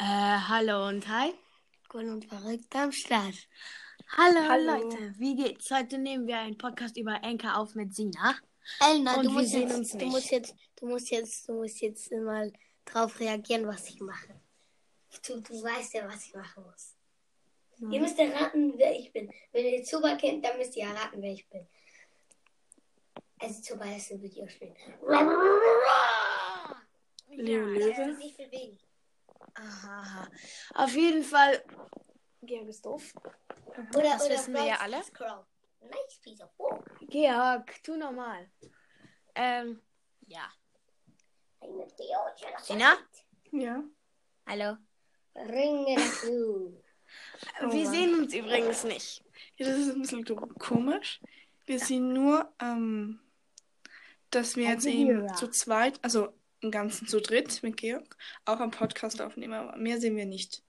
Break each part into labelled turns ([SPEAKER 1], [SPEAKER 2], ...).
[SPEAKER 1] Äh, hallo und hi.
[SPEAKER 2] Cool und verrückt am Start.
[SPEAKER 1] Hallo,
[SPEAKER 2] Hallo.
[SPEAKER 1] Leute, wie geht's? Heute nehmen wir einen Podcast über Enka auf mit Sina.
[SPEAKER 2] Elna,
[SPEAKER 1] Und
[SPEAKER 2] du
[SPEAKER 1] wir
[SPEAKER 2] musst,
[SPEAKER 1] sehen
[SPEAKER 2] jetzt,
[SPEAKER 1] uns
[SPEAKER 2] du
[SPEAKER 1] nicht.
[SPEAKER 2] musst jetzt, du musst jetzt, du musst jetzt mal drauf reagieren, was ich mache. Du, du weißt ja, was ich machen muss. Ihr müsst erraten, wer ich bin. Wenn ihr Zuba kennt, dann müsst ihr erraten, wer ich bin. Also Zuba ist ein Videospiel.
[SPEAKER 1] Liebe
[SPEAKER 2] Ich kann mich nicht bewegen.
[SPEAKER 1] Aha, aha. Auf jeden Fall. Georg ist doof.
[SPEAKER 2] Oder,
[SPEAKER 1] Das
[SPEAKER 2] oder
[SPEAKER 1] wissen wir ja
[SPEAKER 2] Frog
[SPEAKER 1] alle.
[SPEAKER 2] Scroll. Nice piece of wood.
[SPEAKER 1] Georg, tu normal. Ähm, ja.
[SPEAKER 2] Eine Theorie.
[SPEAKER 1] Sina?
[SPEAKER 3] Ja.
[SPEAKER 1] Hallo.
[SPEAKER 2] Ringe dazu.
[SPEAKER 3] Oh
[SPEAKER 1] Äh, wir
[SPEAKER 3] Mann.
[SPEAKER 1] sehen uns übrigens nicht.
[SPEAKER 3] ja, das ist ein bisschen ko- komisch. Wir sehen nur, ähm, dass wir jetzt
[SPEAKER 2] Also
[SPEAKER 3] eben
[SPEAKER 2] Hira.
[SPEAKER 3] zu zweit, also im Ganzen zu dritt mit Georg, auch am Podcast aufnehmen, aber mehr sehen wir nicht.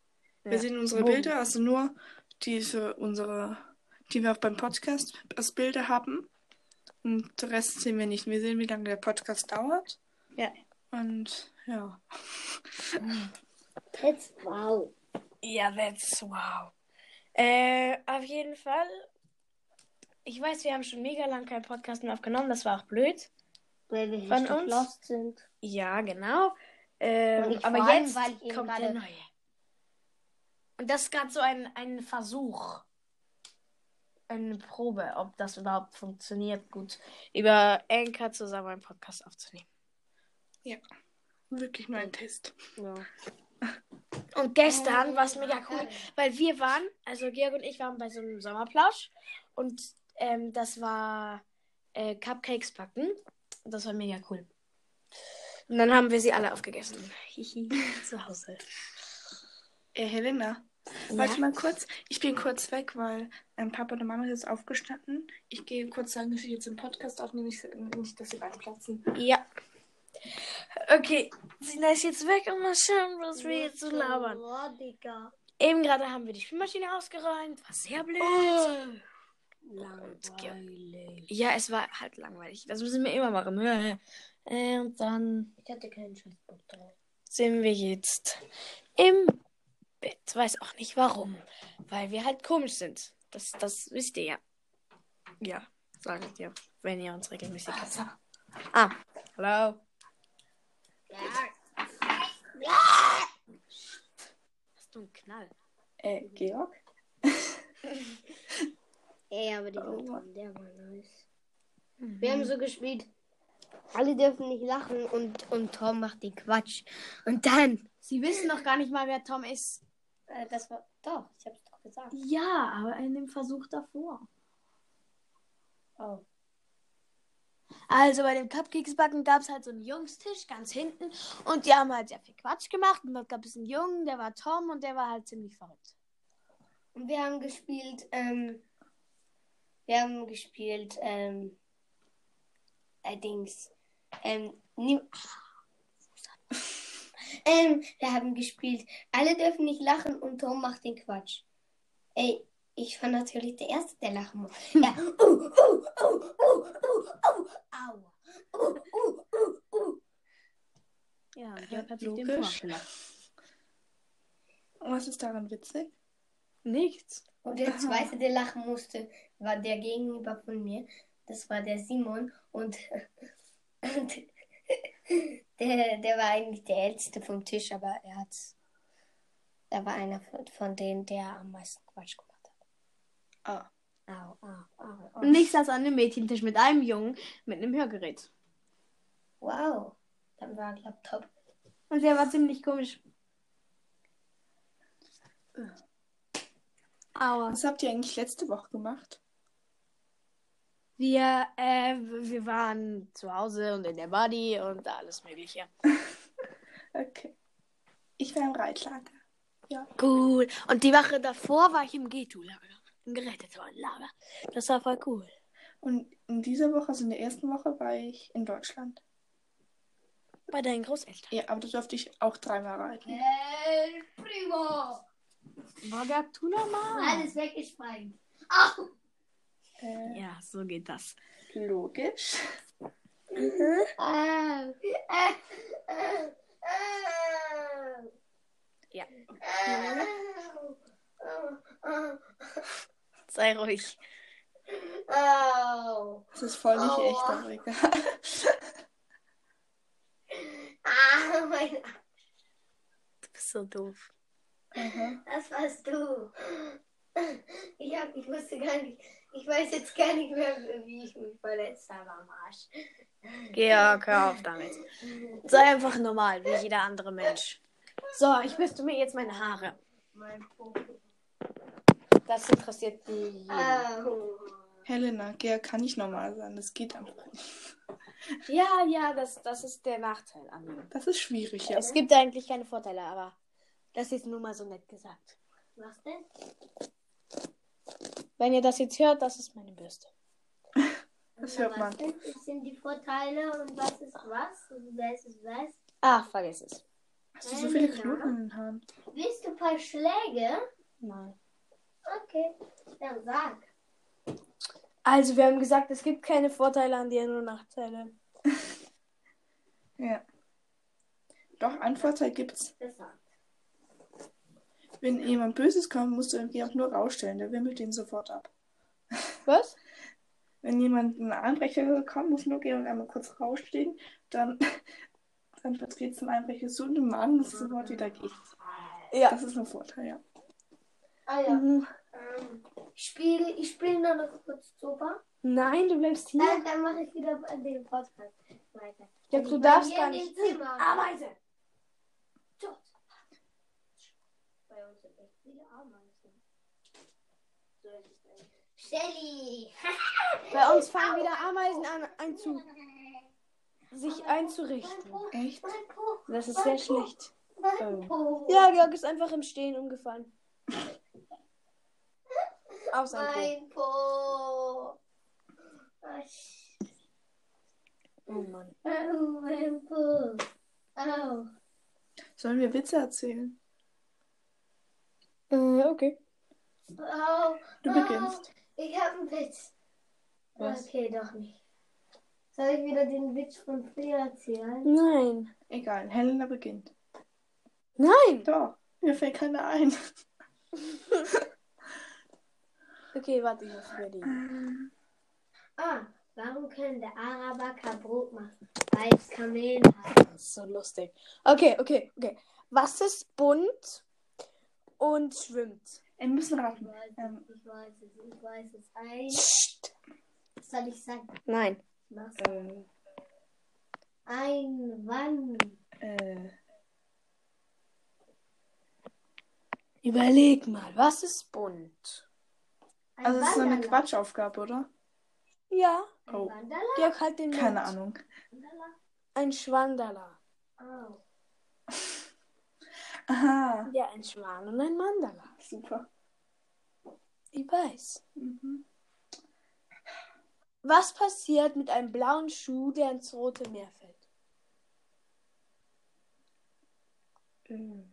[SPEAKER 3] Wir
[SPEAKER 1] Ja.
[SPEAKER 3] sehen unsere
[SPEAKER 1] Boom.
[SPEAKER 3] Bilder, also nur die für unsere, die wir auch beim Podcast als Bilder haben. Und den Rest sehen wir nicht. Wir sehen, wie lange der Podcast dauert.
[SPEAKER 1] Ja.
[SPEAKER 3] Und ja.
[SPEAKER 2] That's wow.
[SPEAKER 1] Ja, that's wow. Äh, auf jeden Fall. Ich weiß, wir haben schon mega lange keinen Podcast mehr aufgenommen. Das war auch blöd.
[SPEAKER 2] Weil wir
[SPEAKER 1] Von
[SPEAKER 2] richtig
[SPEAKER 1] uns?
[SPEAKER 2] lost sind.
[SPEAKER 1] Ja, genau. Ähm,
[SPEAKER 2] Und ich
[SPEAKER 1] aber
[SPEAKER 2] vor allem,
[SPEAKER 1] jetzt
[SPEAKER 2] weil ich eben
[SPEAKER 1] kommt der
[SPEAKER 2] gerade-
[SPEAKER 1] neue. Und das ist gerade so ein, ein Versuch. Eine Probe, ob das überhaupt funktioniert, gut über Anchor zusammen einen Podcast aufzunehmen.
[SPEAKER 3] Wirklich nur ein Test.
[SPEAKER 1] Und gestern war es mega cool, weil wir waren, also Georg und ich waren bei so einem Sommerplausch und ähm, das war äh, Cupcakes backen. Und Das war mega cool. Und dann haben wir sie alle aufgegessen. Hihi, zu Hause.
[SPEAKER 3] Äh, Helena, warte mal kurz. Ich bin kurz weg, weil ähm, Papa und Mama sind jetzt aufgestanden. Ich gehe kurz sagen, dass wir jetzt im Podcast aufnehmen, nicht, nicht dass sie reinplatzen.
[SPEAKER 1] Ja. Okay, Sina ist jetzt weg und mal schauen, was wir jetzt so labern.
[SPEAKER 2] Oh, Rodiger.
[SPEAKER 1] Eben gerade haben wir die Spülmaschine ausgeräumt, war sehr blöd. Oh.
[SPEAKER 2] Langweilig.
[SPEAKER 1] Ja, es war halt langweilig. Das müssen wir immer machen. Äh, Und dann
[SPEAKER 2] Ich hatte keinen Scheißbock drauf.
[SPEAKER 1] sind wir jetzt im Bett. Weiß auch nicht warum. Weil wir halt komisch sind. Das, das wisst ihr ja. Ja, sagt ihr, wenn ihr uns regelmäßig hört. Ah, hallo. Hast du einen Knall?
[SPEAKER 3] Äh, Georg?
[SPEAKER 2] Ey, aber die
[SPEAKER 3] Oh.
[SPEAKER 2] Mann, der war nice.
[SPEAKER 1] Mhm.
[SPEAKER 2] Wir haben so gespielt. Alle dürfen nicht lachen und, und Tom macht den Quatsch. Und dann.
[SPEAKER 1] Sie wissen noch gar nicht mal, wer Tom ist.
[SPEAKER 2] Äh, das war. Doch, ich hab's doch gesagt.
[SPEAKER 1] Ja, aber in dem Versuch davor.
[SPEAKER 2] Oh.
[SPEAKER 1] Also bei dem Cupcakes-Backen gab es halt so einen Jungstisch ganz hinten und die haben halt sehr viel Quatsch gemacht und dort gab es einen Jungen, der war Tom und der war halt ziemlich verrückt.
[SPEAKER 2] Und wir haben gespielt, ähm. Wir haben gespielt, ähm. Allerdings. Ähm. Nimm, ähm, wir haben gespielt. Alle dürfen nicht lachen und Tom macht den Quatsch. Ey, ich war natürlich der Erste, der lachen muss. Ja. Uh, uh, uh, uh, uh, uh, aua. Uh, uh, uh, uh.
[SPEAKER 1] Ja, und
[SPEAKER 3] Äh,
[SPEAKER 1] Jörg hat halt sich den
[SPEAKER 3] logisch.
[SPEAKER 1] vorgelacht.
[SPEAKER 3] Und Was ist daran witzig?
[SPEAKER 1] Nichts.
[SPEAKER 2] Und der Zweite, der lachen musste, war der Gegenüber von mir. Das war der Simon. Und, und der, der war eigentlich der Älteste vom Tisch, aber er hat. Da war einer von, von denen, der am meisten Quatsch gemacht hat.
[SPEAKER 3] Ah.
[SPEAKER 2] Au, au, au, au.
[SPEAKER 1] Und ich saß an einem Mädchentisch mit einem Jungen mit einem Hörgerät.
[SPEAKER 2] Wow. Dann war, glaub top.
[SPEAKER 1] Und der war ziemlich komisch. Aua.
[SPEAKER 3] Was habt ihr eigentlich letzte Woche gemacht?
[SPEAKER 1] Wir, äh, wir waren zu Hause und in der Body und alles mögliche.
[SPEAKER 3] Okay. Ich war im Reitlager.
[SPEAKER 1] Cool. Und die Woche davor war ich im Getu-Lager. Im Gerätetauerlager. Das war voll cool.
[SPEAKER 3] Und in dieser Woche, also in der ersten Woche, war ich in Deutschland.
[SPEAKER 1] Bei deinen Großeltern.
[SPEAKER 3] Ja, aber da durfte ich auch dreimal reiten.
[SPEAKER 2] El Primo!
[SPEAKER 1] Bagger, tu nochmal.
[SPEAKER 2] Alles weggesprengt.
[SPEAKER 3] Äh,
[SPEAKER 1] Ja, so geht das.
[SPEAKER 3] logisch.
[SPEAKER 2] Au. Au. Au.
[SPEAKER 1] Ja.
[SPEAKER 4] Sei ruhig.
[SPEAKER 2] Au.
[SPEAKER 3] Das ist voll nicht
[SPEAKER 2] Aua.
[SPEAKER 3] echt, aber egal.
[SPEAKER 2] Ah, mein,
[SPEAKER 4] Du bist so doof.
[SPEAKER 3] Aha.
[SPEAKER 2] das warst du. Ich, hab, ich wusste gar nicht. Ich weiß jetzt gar nicht mehr, wie ich mich verletzt habe am Arsch.
[SPEAKER 4] Georg, hör auf damit. Sei einfach normal, wie jeder andere Mensch.
[SPEAKER 1] So, ich bürste mir jetzt meine Haare.
[SPEAKER 2] Mein Po.
[SPEAKER 1] Das interessiert die.
[SPEAKER 2] Au.
[SPEAKER 3] Helena, Gea kann nicht normal sein. Das geht einfach nicht.
[SPEAKER 1] Ja, ja, das, das ist der Nachteil an mir.
[SPEAKER 3] Das ist schwierig, ja.
[SPEAKER 1] Es gibt eigentlich keine Vorteile, aber das ist nur mal so nett gesagt.
[SPEAKER 2] Was denn?
[SPEAKER 1] Wenn ihr das jetzt hört, das ist meine Bürste.
[SPEAKER 3] Das hört man.
[SPEAKER 2] Was denn? Das sind die Vorteile und was ist was? Und wer ist was?
[SPEAKER 1] Ach, Ah, vergiss es.
[SPEAKER 3] Hast du so viele Knoten in den Haaren?
[SPEAKER 2] Willst du ein paar Schläge?
[SPEAKER 1] Nein.
[SPEAKER 2] Okay, dann sag.
[SPEAKER 1] Also, wir haben gesagt, es gibt keine Vorteile an dir, nur Nachteile.
[SPEAKER 3] Ja. Doch, einen Vorteil gibt's.
[SPEAKER 2] Das sag.
[SPEAKER 3] Wenn jemand Böses kommt, musst du Georg nur rausstellen. Der wimmelt den sofort ab.
[SPEAKER 1] Was?
[SPEAKER 3] Wenn jemand einen Einbrecher kommt, muss nur Georg einmal kurz rausstehen. Dann, dann verdreht zum Einbrecher so den Magen, dass es sofort wieder geht.
[SPEAKER 1] Ja.
[SPEAKER 3] Das ist ein Vorteil, ja.
[SPEAKER 2] Ah ja.
[SPEAKER 1] Mhm.
[SPEAKER 2] Ähm, ich spiele ich spiel nur noch kurz Zupper.
[SPEAKER 1] Nein, du bleibst hier.
[SPEAKER 2] Dann, dann mache ich wieder den Podcast weiter.
[SPEAKER 1] Ja,
[SPEAKER 2] Also
[SPEAKER 1] du
[SPEAKER 2] bei
[SPEAKER 1] darfst
[SPEAKER 2] mir
[SPEAKER 1] gar
[SPEAKER 2] in dem
[SPEAKER 1] nicht.
[SPEAKER 2] Zimmer.
[SPEAKER 1] Ameise!
[SPEAKER 2] Tschüss. Bei uns sind echt viele Ameisen. So ist es eigentlich. Shelly!
[SPEAKER 1] Bei uns fangen wieder Ameisen an, einzu, sich einzurichten.
[SPEAKER 3] Echt?
[SPEAKER 2] Mein Po,
[SPEAKER 1] Das ist sehr schlecht.
[SPEAKER 2] mein Po.
[SPEAKER 1] Ja, Georg ist einfach im Stehen umgefallen. Auf sein Po.
[SPEAKER 2] Mein Po. Ah, sch-
[SPEAKER 1] Oh Mann.
[SPEAKER 2] Au, mein Po. Au.
[SPEAKER 3] Sollen wir Witze erzählen?
[SPEAKER 1] Äh, okay.
[SPEAKER 2] Au.
[SPEAKER 3] Du beginnst.
[SPEAKER 2] Oh, Ich habe einen Witz.
[SPEAKER 3] Was?
[SPEAKER 2] Okay, doch nicht. Soll ich wieder den Witz von früher erzählen?
[SPEAKER 1] Nein.
[SPEAKER 3] Egal, Helena beginnt.
[SPEAKER 1] Nein!
[SPEAKER 3] Doch, mir fällt keiner ein.
[SPEAKER 1] Okay, warte, ich muss überlegen.
[SPEAKER 2] Ah, warum können der Araber kein Brot machen? Weil es Kamel hat.
[SPEAKER 1] Das ist so lustig. Okay, okay, okay. Was ist bunt und schwimmt?
[SPEAKER 3] Ey, Wir müssen
[SPEAKER 2] Ich
[SPEAKER 3] raten.
[SPEAKER 2] weiß
[SPEAKER 3] Ähm,
[SPEAKER 2] es, ich weiß es, ich weiß es. Ein,
[SPEAKER 1] Psst.
[SPEAKER 2] was soll ich sagen?
[SPEAKER 1] Nein.
[SPEAKER 2] Was?
[SPEAKER 3] äh,
[SPEAKER 2] Ein Wann.
[SPEAKER 3] äh,
[SPEAKER 1] Überleg mal, was ist bunt?
[SPEAKER 2] Ein
[SPEAKER 3] also, es ist so eine
[SPEAKER 2] Wanderler.
[SPEAKER 3] Quatschaufgabe, oder?
[SPEAKER 1] Ja,
[SPEAKER 2] Ein
[SPEAKER 3] Oh.
[SPEAKER 2] Wanderler?
[SPEAKER 1] Georg, halt den Mund.
[SPEAKER 3] Keine Ahnung.
[SPEAKER 2] Wanderler?
[SPEAKER 1] Ein Schwanderler.
[SPEAKER 2] Oh.
[SPEAKER 3] Aha,
[SPEAKER 1] Ja, ein Schwan und ein Mandala.
[SPEAKER 3] super.
[SPEAKER 1] Ich weiß.
[SPEAKER 3] Mhm.
[SPEAKER 1] Was passiert mit einem blauen Schuh, der ins Rote Meer fällt?
[SPEAKER 3] Äh,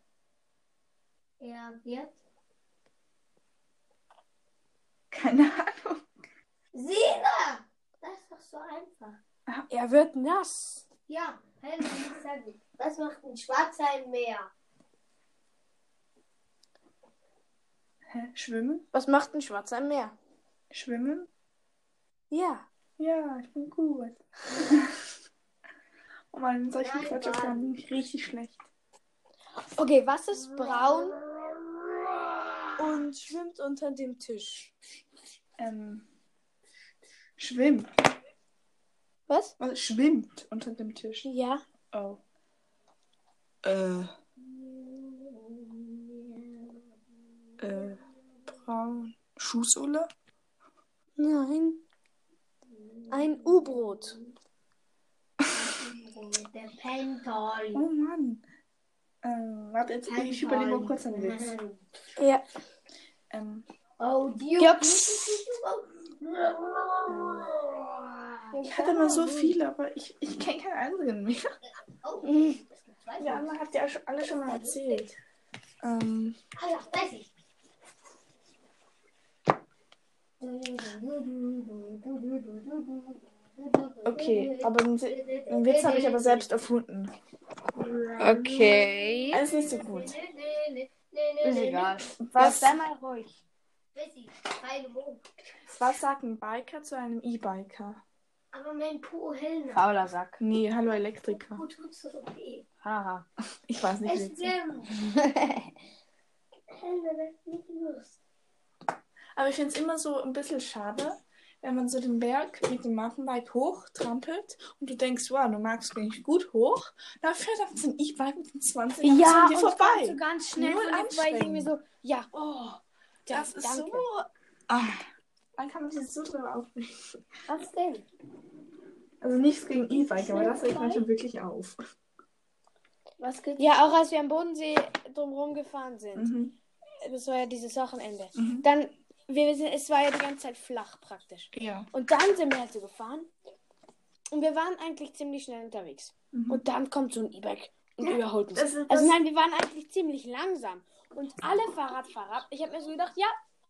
[SPEAKER 2] Er wird.
[SPEAKER 3] keine Ahnung.
[SPEAKER 2] Sina! Das ist doch so einfach.
[SPEAKER 1] Er wird nass.
[SPEAKER 2] Ja, hey, ich sag dir, was macht ein Schwarzer im Meer?
[SPEAKER 3] Hä? Schwimmen?
[SPEAKER 1] Was macht ein Schwarzer im Meer?
[SPEAKER 3] Schwimmen?
[SPEAKER 1] Ja.
[SPEAKER 3] Ja, ich bin gut. oh Mann, in solchen
[SPEAKER 2] Nein,
[SPEAKER 3] Quatschaufgaben bin ich richtig schlecht.
[SPEAKER 1] Okay, was ist braun und schwimmt unter dem Tisch?
[SPEAKER 3] Ähm, schwimmt.
[SPEAKER 1] Was?
[SPEAKER 3] Was? Schwimmt unter dem Tisch.
[SPEAKER 1] Ja.
[SPEAKER 3] Oh. Äh, äh, braun. Schuhsohle?
[SPEAKER 1] Nein. Ein U-Boot.
[SPEAKER 2] Der Pentol.
[SPEAKER 3] Oh Mann. Ähm, warte, jetzt ich überlege mal kurz einen Witz.
[SPEAKER 1] Ja.
[SPEAKER 3] Ähm,
[SPEAKER 2] Oh, die
[SPEAKER 1] Georg.
[SPEAKER 3] ich hatte mal so viele, aber ich, ich kenne keinen einzigen mehr.
[SPEAKER 1] Mhm.
[SPEAKER 3] Die anderen habt ihr ja schon- alle schon mal erzählt. Ähm,
[SPEAKER 2] Ah ja, weiß ich.
[SPEAKER 3] okay, aber einen Wi- einen Witz habe ich aber selbst erfunden.
[SPEAKER 1] Okay.
[SPEAKER 3] Alles nicht so gut.
[SPEAKER 2] Ist egal.
[SPEAKER 3] Was, sei mal ruhig.
[SPEAKER 5] Bessie, beide Mo.
[SPEAKER 3] Was sagt ein Biker zu einem E-Biker?
[SPEAKER 5] Aber mein Po Helena.
[SPEAKER 2] Fauler Sack.
[SPEAKER 3] Nee, hallo Elektriker.
[SPEAKER 5] Wo tut's so weh?
[SPEAKER 2] Haha.
[SPEAKER 3] Ich weiß nicht.
[SPEAKER 5] Es
[SPEAKER 3] wie-
[SPEAKER 5] stimmt. Helena, das ist nicht Lust.
[SPEAKER 3] Aber ich finde es immer so ein bisschen schade, wenn man so den Berg mit dem Mountainbike hochtrampelt und du denkst, wow, du magst bin ich gut hoch. Dafür darf ein E-Bike mit dem 20
[SPEAKER 1] Ja,
[SPEAKER 3] an dir
[SPEAKER 1] und vorbei. so
[SPEAKER 3] vorbei.
[SPEAKER 1] ganz schnell
[SPEAKER 3] Null
[SPEAKER 1] von dir vorbei. Ich denk mir so, ja,
[SPEAKER 3] Oh, das ist
[SPEAKER 1] danke.
[SPEAKER 3] so. Ah, dann kann man sich so drüber aufregen.
[SPEAKER 2] Was denn?
[SPEAKER 3] Also nichts gegen E-Bike, aber das regt mich schon wirklich auf.
[SPEAKER 2] Was gibt's?
[SPEAKER 1] ja, auch als wir am Bodensee drumherum gefahren sind.
[SPEAKER 3] Mhm.
[SPEAKER 1] Das war ja dieses Wochenende.
[SPEAKER 3] Mhm.
[SPEAKER 1] Dann, wir sind, es war ja die ganze Zeit flach praktisch.
[SPEAKER 3] Ja.
[SPEAKER 1] Und dann sind wir halt so gefahren. Und wir waren eigentlich ziemlich schnell unterwegs.
[SPEAKER 3] Mhm.
[SPEAKER 1] Und dann kommt so ein E-Bike und überholt uns.
[SPEAKER 3] Das ist-
[SPEAKER 1] Also nein, wir waren eigentlich ziemlich langsam. Und alle Fahrradfahrer, ich habe mir so gedacht, ja,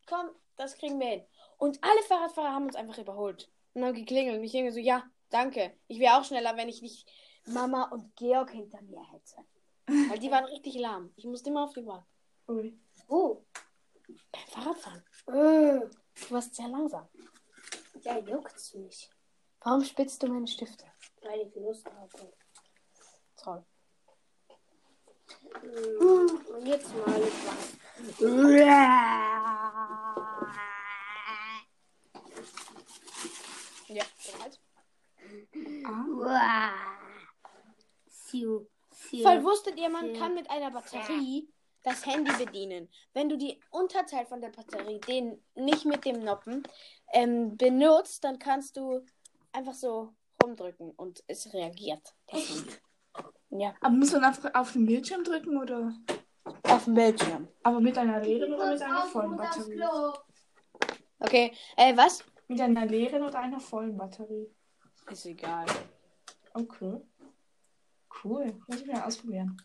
[SPEAKER 1] komm, das kriegen wir hin. Und alle Fahrradfahrer haben uns einfach überholt. Und haben geklingelt. Und ich denke so, ja, danke. Ich wäre auch schneller, wenn ich nicht Mama und Georg hinter mir hätte. Weil die waren richtig lahm. Ich musste immer auf die warten.
[SPEAKER 3] Ui.
[SPEAKER 5] Oh,
[SPEAKER 1] Beim Fahrradfahren.
[SPEAKER 5] mm.
[SPEAKER 1] Du warst sehr langsam.
[SPEAKER 5] ja, juckt's nicht.
[SPEAKER 1] Warum spitzt du meine Stifte?
[SPEAKER 5] Weil ich Lust habe.
[SPEAKER 1] Toll.
[SPEAKER 5] Mm. Und jetzt mal ich was.
[SPEAKER 1] Ja, dann halt.
[SPEAKER 3] Ah.
[SPEAKER 2] Siu. Siu.
[SPEAKER 1] Weil wusstet ihr, man
[SPEAKER 2] Ja.
[SPEAKER 1] kann mit einer Batterie das Handy bedienen. Wenn du die Unterteil von der Batterie, den nicht mit dem Noppen, ähm, benutzt, dann kannst du einfach so rumdrücken und es reagiert. Das Handy. Ja,
[SPEAKER 3] Aber muss man auf, auf den Bildschirm drücken oder?
[SPEAKER 1] auf dem Bildschirm.
[SPEAKER 3] Aber mit einer leeren oder mit
[SPEAKER 5] Kurz
[SPEAKER 3] einer
[SPEAKER 5] auf, ich
[SPEAKER 3] vollen
[SPEAKER 5] muss aufs
[SPEAKER 3] Batterie?
[SPEAKER 5] Klo.
[SPEAKER 1] Okay, äh, was?
[SPEAKER 3] Mit einer leeren oder einer vollen Batterie?
[SPEAKER 1] Ist egal.
[SPEAKER 3] Okay. Cool. Muss ich mal ausprobieren.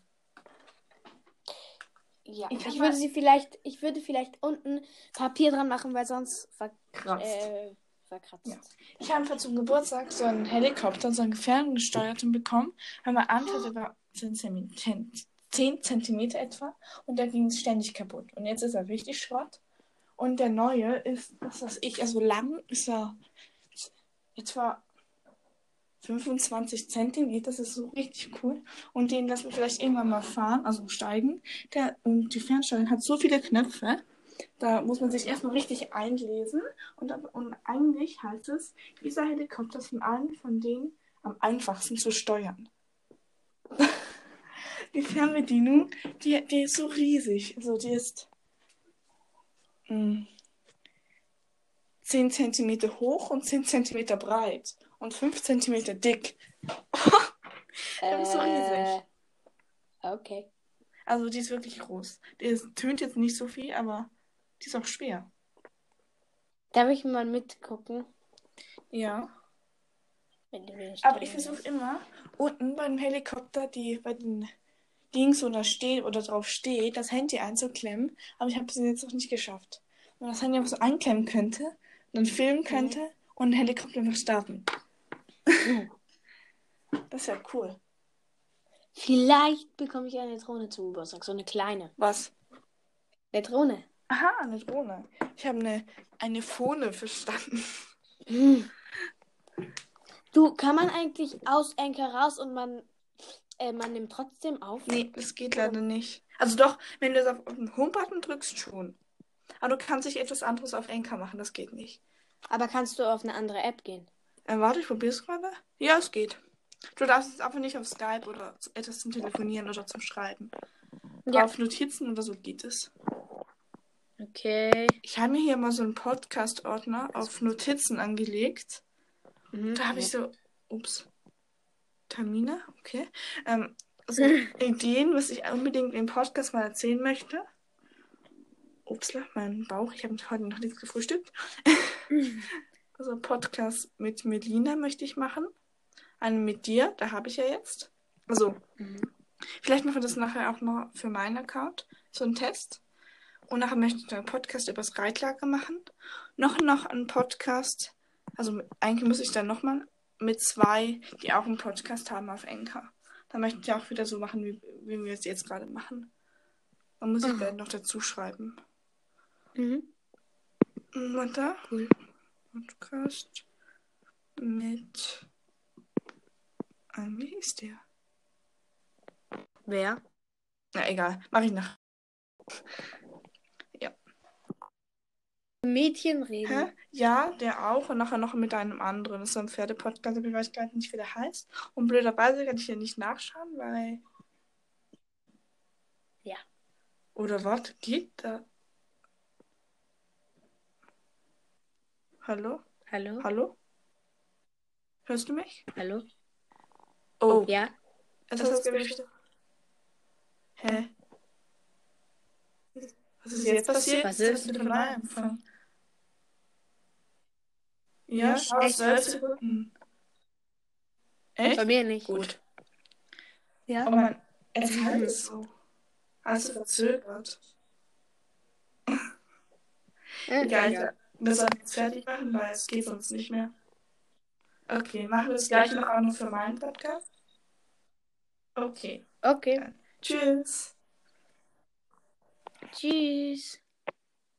[SPEAKER 1] Ja,
[SPEAKER 3] Ich
[SPEAKER 1] ich,
[SPEAKER 3] hab mal-
[SPEAKER 1] würde sie vielleicht, ich würde vielleicht unten Papier dran machen, weil sonst ver
[SPEAKER 3] Krass.
[SPEAKER 1] äh, verkratzt.
[SPEAKER 3] Ja. Ich habe vor zum Geburtstag so einen Helikopter, so einen ferngesteuerten bekommen. Weil mein Arm hatte über 10 cm, 10 Zentimeter etwa und der ging ständig kaputt. Und jetzt ist er richtig Schrott. Und der neue ist, was weiß ich, also lang ist er etwa 25 Zentimeter. Das ist so richtig cool. Und den lassen wir vielleicht irgendwann mal fahren, also steigen. Der, und die Fernsteuerung hat so viele Knöpfe. Da muss man sich erstmal richtig einlesen. Und, dann- und eigentlich heißt es, dieser Helikopter ist von allen von denen am einfachsten zu steuern. die Fernbedienung, die, die ist so riesig. Also die ist hm, mh, 10 cm hoch und 10 cm breit und 5 cm dick. Der ist so riesig.
[SPEAKER 1] Äh, Okay.
[SPEAKER 3] Also die ist wirklich groß. Die ist, tönt jetzt nicht so viel, aber die ist auch schwer.
[SPEAKER 1] Darf ich mal mitgucken?
[SPEAKER 3] Ja.
[SPEAKER 1] Wenn du mir
[SPEAKER 3] Aber ich
[SPEAKER 1] stellen
[SPEAKER 3] versuche immer, unten beim Helikopter, die bei den Dings oder steht oder drauf steht, das Handy einzuklemmen. Aber ich habe es jetzt noch nicht geschafft. Wenn man das Handy einfach so einklemmen könnte, dann filmen könnte und den Helikopter einfach starten. das wäre cool.
[SPEAKER 1] Vielleicht bekomme ich eine Drohne zum Geburtstag. So eine kleine.
[SPEAKER 3] Was?
[SPEAKER 1] Eine Drohne.
[SPEAKER 3] Aha, eine Drohne. Ich habe eine, eine Phone verstanden.
[SPEAKER 1] Hm. Du, kann man eigentlich aus Enker raus und man, äh, man nimmt trotzdem auf?
[SPEAKER 3] Nee, das geht leider nicht. Also doch, wenn du es auf den Home-Button drückst, schon. Aber du kannst dich etwas anderes auf Enker machen, das geht nicht.
[SPEAKER 1] Aber kannst du auf eine andere App gehen?
[SPEAKER 3] Äh, warte, ich probier's gerade. Ja, es geht. Du darfst jetzt einfach nicht auf Skype oder zu- etwas zum Telefonieren oder zum Schreiben.
[SPEAKER 1] Ja.
[SPEAKER 3] Auf Notizen oder so geht es.
[SPEAKER 1] Okay.
[SPEAKER 3] Ich habe mir hier mal so einen Podcast-Ordner auf Notizen angelegt.
[SPEAKER 1] Mhm.
[SPEAKER 3] Da habe ich so, ups, Termine, okay. Ähm, so Ideen, was ich unbedingt im Podcast mal erzählen möchte. Upsla, mein Bauch, ich habe heute noch nichts gefrühstückt. also Podcast mit Melina möchte ich machen. Einen mit dir, da habe ich ja jetzt. Also,
[SPEAKER 1] Mhm.
[SPEAKER 3] vielleicht machen wir das nachher auch mal für meinen Account, so einen Test. Und nachher möchte ich noch einen Podcast über das Reitlager machen. Noch, noch einen Podcast, also mit- eigentlich muss ich dann nochmal mit zwei, die auch einen Podcast haben auf Enka. Da möchte ich auch wieder so machen, wie, wie wir es jetzt gerade machen. Man muss sich gleich noch dazu schreiben.
[SPEAKER 1] Ah. Mhm.
[SPEAKER 3] Warte.
[SPEAKER 1] Cool.
[SPEAKER 3] Podcast mit. Ähm, Wie hieß der?
[SPEAKER 1] Wer?
[SPEAKER 3] Na egal, mach ich nach.
[SPEAKER 1] Mädchen reden.
[SPEAKER 3] Hä? Ja, der auch und nachher noch mit einem anderen. Das ist so ein Pferdepodcast, aber ich weiß gar nicht, wie der heißt. Und blöderweise kann ich hier nicht nachschauen, weil.
[SPEAKER 1] Ja.
[SPEAKER 3] Oder was? Geht da? Hallo?
[SPEAKER 1] Hallo?
[SPEAKER 3] Hallo? Hörst du mich?
[SPEAKER 1] Hallo?
[SPEAKER 3] Oh,
[SPEAKER 1] Ja?
[SPEAKER 3] das
[SPEAKER 1] das
[SPEAKER 3] hast
[SPEAKER 1] ist
[SPEAKER 3] du
[SPEAKER 1] bestimmt-
[SPEAKER 3] Hä? Was ist jetzt passiert?
[SPEAKER 1] Was
[SPEAKER 3] Jetzt
[SPEAKER 1] ist?
[SPEAKER 3] hast du den Empfang. Ja, schau,
[SPEAKER 1] Echt?
[SPEAKER 3] 12 Sekunden.
[SPEAKER 1] Bei
[SPEAKER 3] Echt?
[SPEAKER 1] mir nicht.
[SPEAKER 3] Gut.
[SPEAKER 1] Ja?
[SPEAKER 3] Oh man, es halt so. Hast du verzögert?
[SPEAKER 1] Äh,
[SPEAKER 3] Egal,
[SPEAKER 1] ja.
[SPEAKER 3] wir sollten jetzt fertig machen, weil es geht sonst nicht mehr. Okay, machen wir das gleich noch auch noch für meinen Podcast? Okay,
[SPEAKER 1] Okay.
[SPEAKER 3] tschüss.
[SPEAKER 1] Tschüss.